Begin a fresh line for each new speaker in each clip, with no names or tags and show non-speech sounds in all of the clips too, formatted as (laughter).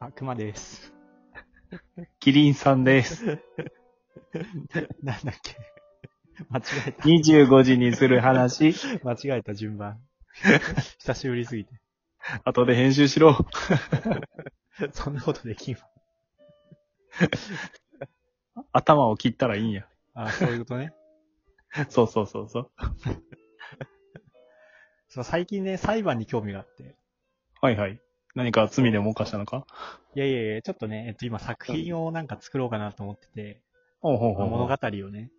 あ、熊です。
キリンさんです。
(laughs) なんだっけ。間違えた。
25時にする話、
(laughs) 間違えた順
(laughs)
番。久しぶりすぎて。
後で編集しろ。
(laughs) そんなことできんわ。
(laughs) 頭を切ったらいいんや。
あ、そういうことね。
そうそうそうそう。
そう最近ね、裁判に興味があって。
はいはい。何か罪でも犯したのか
いやいやいや、ちょっとね、えっと今作品をなんか作ろうかなと思ってて、
おうほうほう
物
ほ
語をね、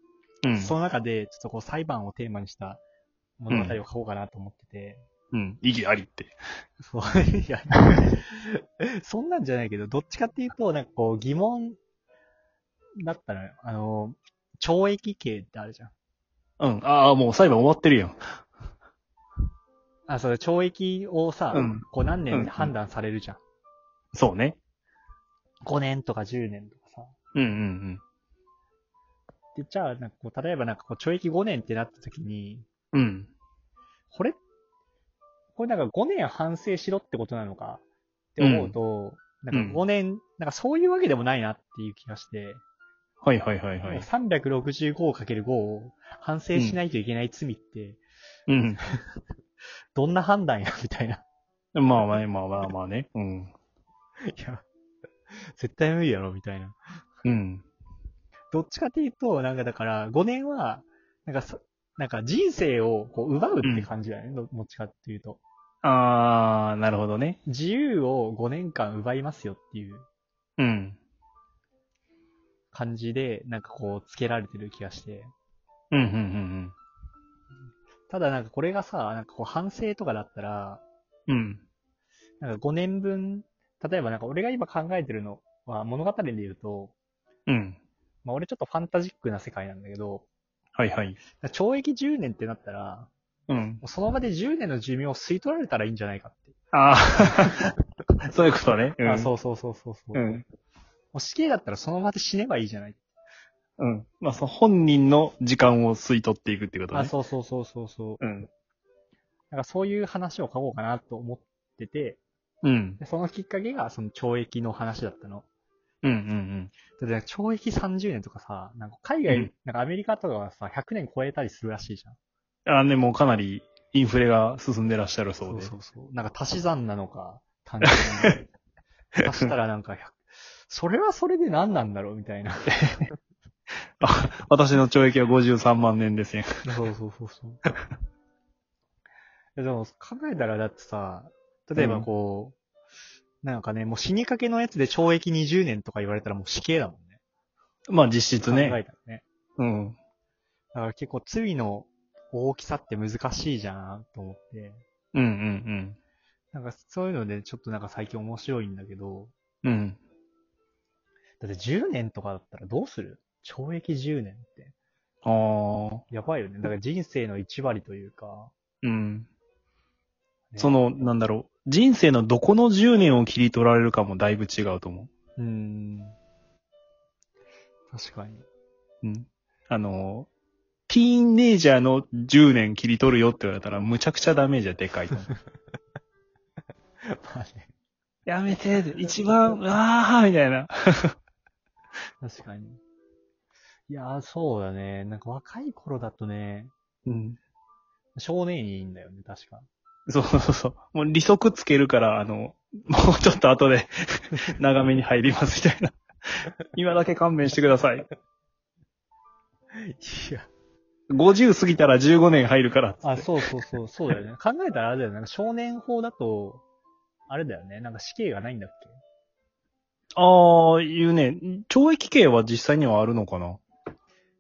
う。うん。
その中でちょっとこう裁判をテーマにした物語を書こうかなと思ってて、
うん。意義ありって。
そういや、そんなんじゃないけど、どっちかっていうと、なんかこう疑問だったら、あの、懲役刑ってあるじゃん。
うん。ああ、もう裁判終わってるやん。
あ、それ懲役をさ、
うん
こう何
うん
年
うん
で判断されるじゃん。
そうね。
5年とか10年とかさ。
うんうん
で、じゃあ、なんかこう、例えばなんかこう、懲役5年ってなった時に、
うん。うん。
これ、これなんか5年反省しろってことなのかって思うと、
ん
なんか5年、なんかそういうわけでもないなっていう気がして、
はいはいはいはい。
365×5 を反省しないといけない罪って、
うん。
どんな判断や、み (laughs) たいな。
まあまあね、まあまあまあね。うん。
いや、絶対無理やろ、みたいな。
うん。
どっちかっていうと、なんかだから、5年は、なんかそ、なんか人生をこう奪うって感じだよね、どどっちかっていうと。
ああ、なるほどね。
自由を5年間奪いますよっていう
うん。
感じで、なんかこう、つけられてる気がして。
うんうんうん
ただなんかこれがさ、なんかこう、反省とかだったら、
うん。うん。
なんか5年分、例えばなんか俺が今考えてるのは物語で言うと、
うん。
まあ俺ちょっとファンタジックな世界なんだけど、
はいはい。
懲役10年ってなったら、
うん。
もうその場で10年の寿命を吸い取られたらいいんじゃないかって。
あ (laughs) あ、そういうことね。。
あ、そううそうそうそうそう。
うん。
もう死刑だったらその場で死ねばいいじゃない。
うん。まあ、その本人の時間を吸い取っていくってことね。
あ、そうそうそうそうそう。
うん。
なんかそういう話を書こうかなと思ってて、
うん。
でそのきっかけがその懲役の話だったの。
うんうん
だってなんか懲役30年とかさ、なんか海外、
うん
なんかアメリカとかはさ、100年超えたりするらしいじゃん。
うん。あ、ね、もうかなりインフレが進んでらっしゃるそうで。
そうそうそうなんか足し算なのか、単純 (laughs) に。足したらなんか100、それはそれで何なんだろうみたいな。
あ私の懲役は53万年ですよ。
そうそうそうそう。でも考えたらだってさ、例えばこう、なんかね、もう死にかけのやつで懲役20年とか言われたらもう死刑だもんね。
まあ、実質
考え
ね。
たらね。
うん。
だから結構罪の大きさって難しいじゃんと思って。
うんうん
なんかそういうのでちょっとなんか最近面白いんだけど、
うん。うん。
だって10年とかだったらどうする懲役10年って。
ああ。
やばいよね。だから人生の1割というか。
うん。
ね
その、なんだろう。人生のどこの10年を切り取られるかもだいぶ違うと思
うーん。確 (laughs) かに。
う。うん。あの、ティーンネイジャーの10年切り取るよって言われたら、むちゃくちゃダメージはでかいと思 (laughs) う。
まあね。
やめて、一番、ああ、みたいな。
確かに。いやー、そうだね。なんか若い頃だとね、
うん。
少年院いいんだよね、確か。
そうそうそう。もう利息つけるから、あの、もうちょっと後で、 (laughs) 長めに入りますみたいな。 (laughs) 今だけ勘弁してください。
いや。
50過ぎたら15年入るから。
あ、そうそうそう、そうだよね。考えたらあれだよね。なんか少年法だと、あれだよね。なんか死刑がないんだっけ
ああ、いうね。懲役刑は実際にはあるのかな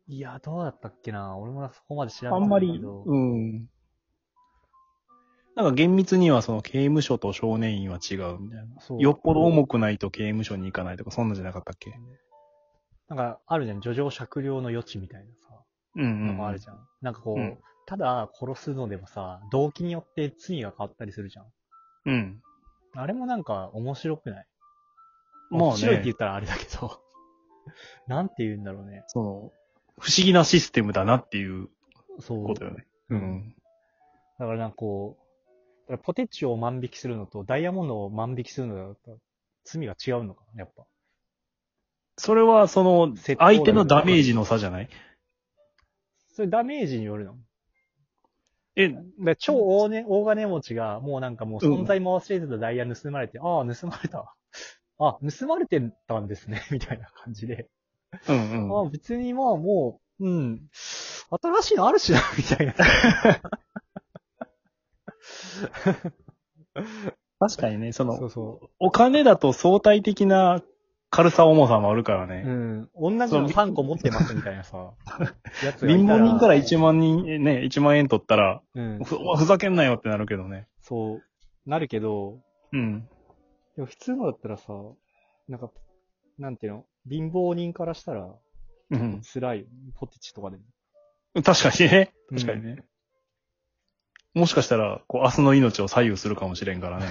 い
や、どうだったっけな。俺もそこまで知ら
あ
なか
ん
った
ま
け
り。
ど。
うん。なんか厳密にはその刑務所と少年院は違うみたいな。
そう
よっぽど重くないと刑務所に行かないとか、そんなんじゃなかったっけ
なんか、あるじゃん。叙情酌量の余地みたいなさ。
うんうん。
のもあるじゃん。なんかこう、
うん
ただ殺すのでもさ、動機によって罪が変わったりするじゃん。
うん。
あれもなんか面白くない
まあね
面白いって言ったらあれだけど。 (laughs) なんて言うんだろうね。
その、不思議なシステムだなっていう
そう
こ。とよね。うん。
だからなんかこう、だからポテチを万引きするのとダイヤモンドを万引きするのだと罪が違うのかな、やっぱ。
それは、その
窃、盗だよね
相手のダメージの差じゃない
それダメージによるの。
え、
だから超大,、ね、大金持ちが、もうなんかもう存在も忘れてたダイヤ盗まれて、ああ、盗まれた。あ、盗まれてたんですね、 (laughs) みたいな感じで。
うんうん。
あ別にまあもう、うん、新しいのあるしな、 (laughs) みたいな。
確かにね、その、
そうそ
お金だと相対的な軽さ重さもあるから
う。
ね。
うん。同じの3個持ってます、みたいな
(laughs)
さ。やつがい
貧
た
乏人から1万人、ね、1万円取ったら、
うん。
ふふざけんなよってなるけどね。
そう、なるけど、
うん。
でも普通のだったらさ、なんか、なんていうの貧乏人からしたら、
うん。
辛いよね、ポテチとかでも。
確かにね。確かにね。もしかしたら、こう、明日の命を左右するかもしれんか
(laughs)
らね。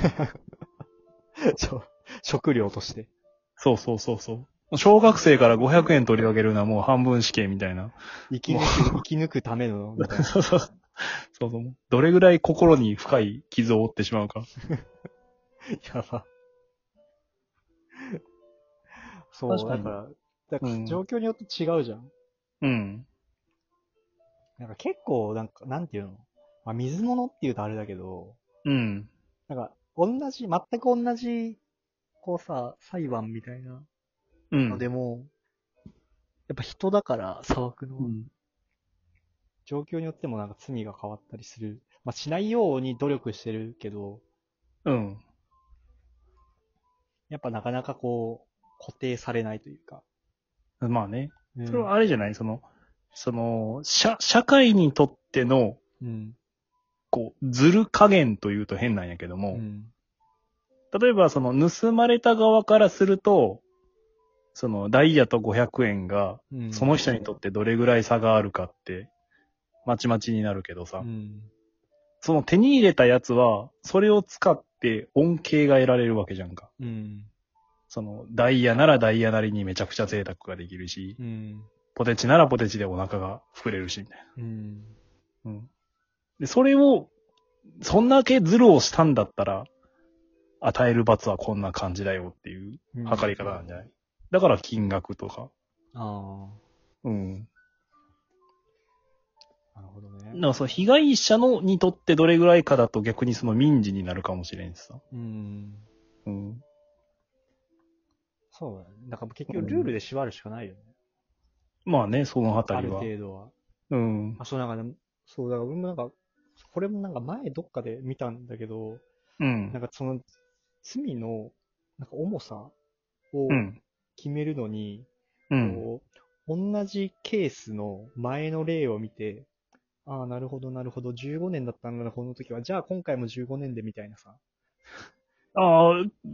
ちょ食料として。
そうそうそうそう。小学生から500円取り上げるのはもう半分死刑みた
(laughs)
いな。
生き抜く、生き抜くための、みたい
(laughs)
な。
そうそう。そうそう。どれぐらい心に深い傷を負ってしまうか。
やば。そう、
確か
だ
に
から、だから
うん
状況によって違うじゃん。
うん。
なんか結構、なんか、なんていうのまあ、水物っていうとあれだけど、
うん。
なんか、同じ、全く同じ、こうさ、裁判みたいな
う
の
ん。
でも、やっぱ人だから、砂漠の、
うん
状況によってもなんか罪が変わったりする。まあ、しないように努力してるけど、
うん。
やっぱなかなかこう、固定されないというか。
まあね。
うん
それはあれじゃないその、その、社、社会にとっての、
うん。
こう、ずる加減というと変なんやけど
う
も、
ん。
例えばその、盗まれた側からすると、その、ダイヤと500円が、
うん
その人にとってどれぐらい差があるかって、まちまちになるけどさ、
うん。
その手に入れたやつは、それを使って恩恵が得られるわけじゃんか。
うん。
その、ダイヤならダイヤなりにめちゃくちゃ贅沢ができるし、
うん。
ポテチならポテチでお腹が膨れるし、みたい
うん。
な。うん。で、それを、そんだけズルをしたんだったら、与える罰はこんな感じだよっていう
うん
測り方なんじゃない、だから金額とか。
あ
うん。
あ。なるほど
だ
ね
か。らその被害者のにとってどれぐらいかだと逆にその民事になるかもしれんしさ。
うん。
うん。
そうだね。だから結局ルールで縛るしかないよね。
まあね、そのあた
あ
り
る
は。
程度は。
うん。
あ、そうなんかね、そう、だから俺もなんか、これもなんか前どっかで見たんだけど、
うん
な。んかその、罪の、なんか重さを
うん。
決めるのに、
うん。
こう、同じケースの前の例を見て、ああ、なるほど、なるほど、15年だったんだな、この時は。じゃあ今回も15年でみたいなさ、
あ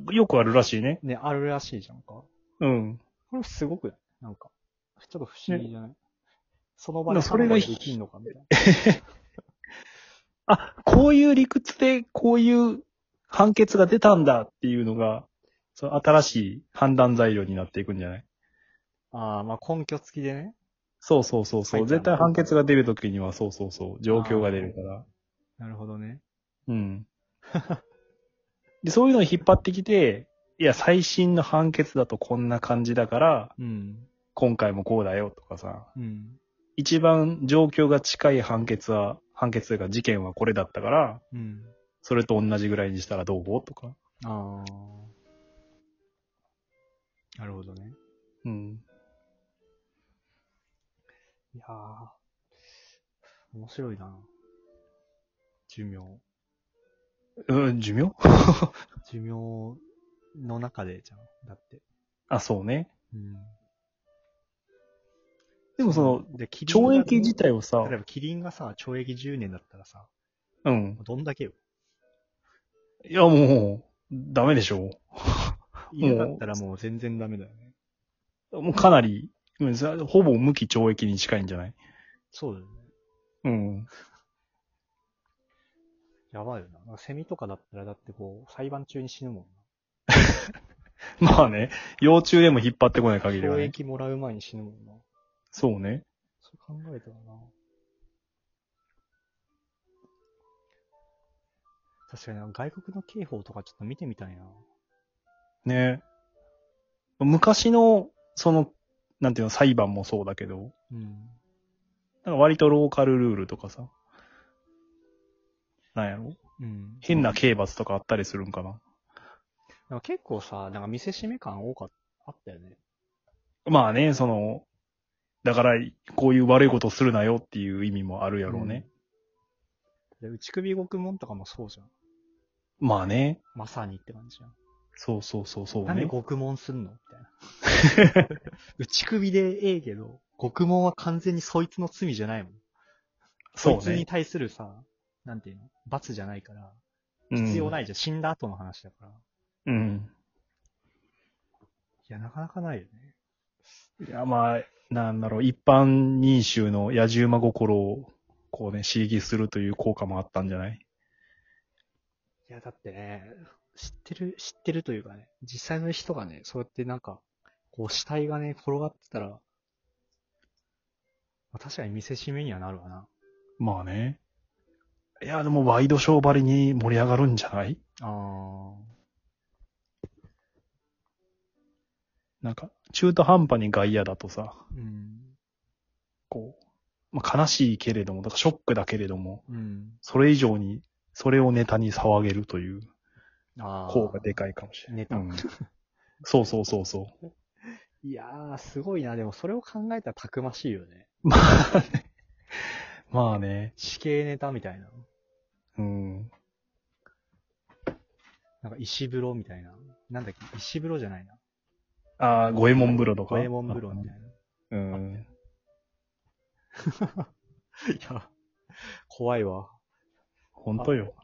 あ、よくあるらしいね。
ね、あるらしいじゃんか。こ
うん。
れすごくないなんか、ちょっと不思議じゃない、その場で
なんかそれが
判断できんのかみたいな。
あ、こういう理屈で、こういう判決が出たんだっていうのが、その新しい判断材料になっていくんじゃない
(laughs) ああ、まあ根拠付きでね。
そうそうそうそ
は
う。
い
絶対判決が出るときには、そうそうそう。状況が出るから。
なるほどね。
うん。 (laughs) で、そういうのを引っ張ってきて、いや、最新の判決だとこんな感じだから、
うん。
今回もこうだよとかさ。
うん。
一番状況が近い判決は、判決というか事件はこれだったから、
うん。
それと同じぐらいにしたらどうとか。
ああ。なるほどね。
うん。
いやー、面白いな。寿命。
うん、寿命
寿命の中でじゃん。だって。
あ、そうね。
うん。
でもその、
で、キリンが
懲役自体をさ、
例えばキリンがさ、懲役10年だったらさ、
うん。
どんだけよ。
いや、もう、ダメでしょ
犬だったらもう全然ダメだよね。
う。もうかなり、うんさほぼ無期懲役に近いんじゃない
そうだよね。
うん。 (laughs)
やばいよな。なんかセミとかだったらだってこう、裁判中に死ぬもん
まあね、幼虫でも引っ張ってこない
な。
限りは
懲
ね。
役もらう前に死ぬもんな。
そうね。
それ考えたらな。確かにな外国の刑法とかちょっと見てみたいな。
ね。昔の、その、なんていうの、裁判もそうだけど、
うん。
なんか割とローカルルールとかさ、なんやろ
うん。
変な刑罰とかあったりするんかな。
なんか結構さ、なんか見せしめ感多かったあったよね。
まあね、その、だから、こういう悪いことするなよっていう意味もあるやろうね。
で打ち首獄門とかもそうじゃん。
まあね。
まさにって感じじゃん。
そうそうそうそう
なんで
ね。
獄門すんのみたいな。 (laughs) 打ち首でええけど、獄門は完全にそいつの罪じゃないもん。そ
そ
いうつに
ね。
対するさ、なんていうの罰じゃないから、
うん
必要ないじゃん。死んだ後の話だから。い
うん。
や、なかなかないよね。
いや、まあ、なんだろう、一般民衆の野じ馬心を、こうね、刺激するという効果もあったんじゃない
いや、だってね、知ってる、知ってるというかね、実際の人がね、そうやってなんか、こう死体がね、転がってたら、まあ、確かに見せしめにはなるわな。
まあね。いや、でもワイドショーばりに盛り上がるんじゃない
あ
なんか、中途半端に外野だとさ、
ー。うん。
こう、まあ、悲しいけれども、だからショックだけれども、
うん。
それ以上に、それをネタに騒げるという
ああ。
効果でかいかもしれない。
ネタ
うん (laughs) そうそうそうそう。
いやー、すごいな。でもそれを考えたらたくましいよね。
まあね。まあね。
死刑ネタみたいな。
うん。
なんか石風呂みたいな。なんだっけ石風呂じゃないな。
ああ、五右衛門風呂とか。
五右衛門風呂みたいな。
うん。
(laughs) いや、怖いわ。
本当よ。